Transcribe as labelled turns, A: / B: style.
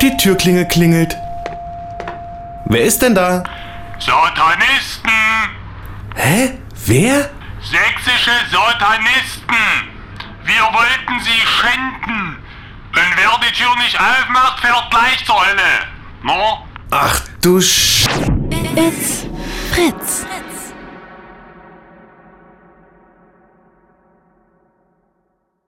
A: Die Türklinge klingelt. Wer ist denn da?
B: Sautanisten!
A: Hä? Wer?
B: Sächsische Sautanisten! Wir wollten sie schänden! Und wer die Tür nicht aufmacht, fährt gleich zur Hölle! ne? No?
A: Ach du Sch...
C: It's Fritz.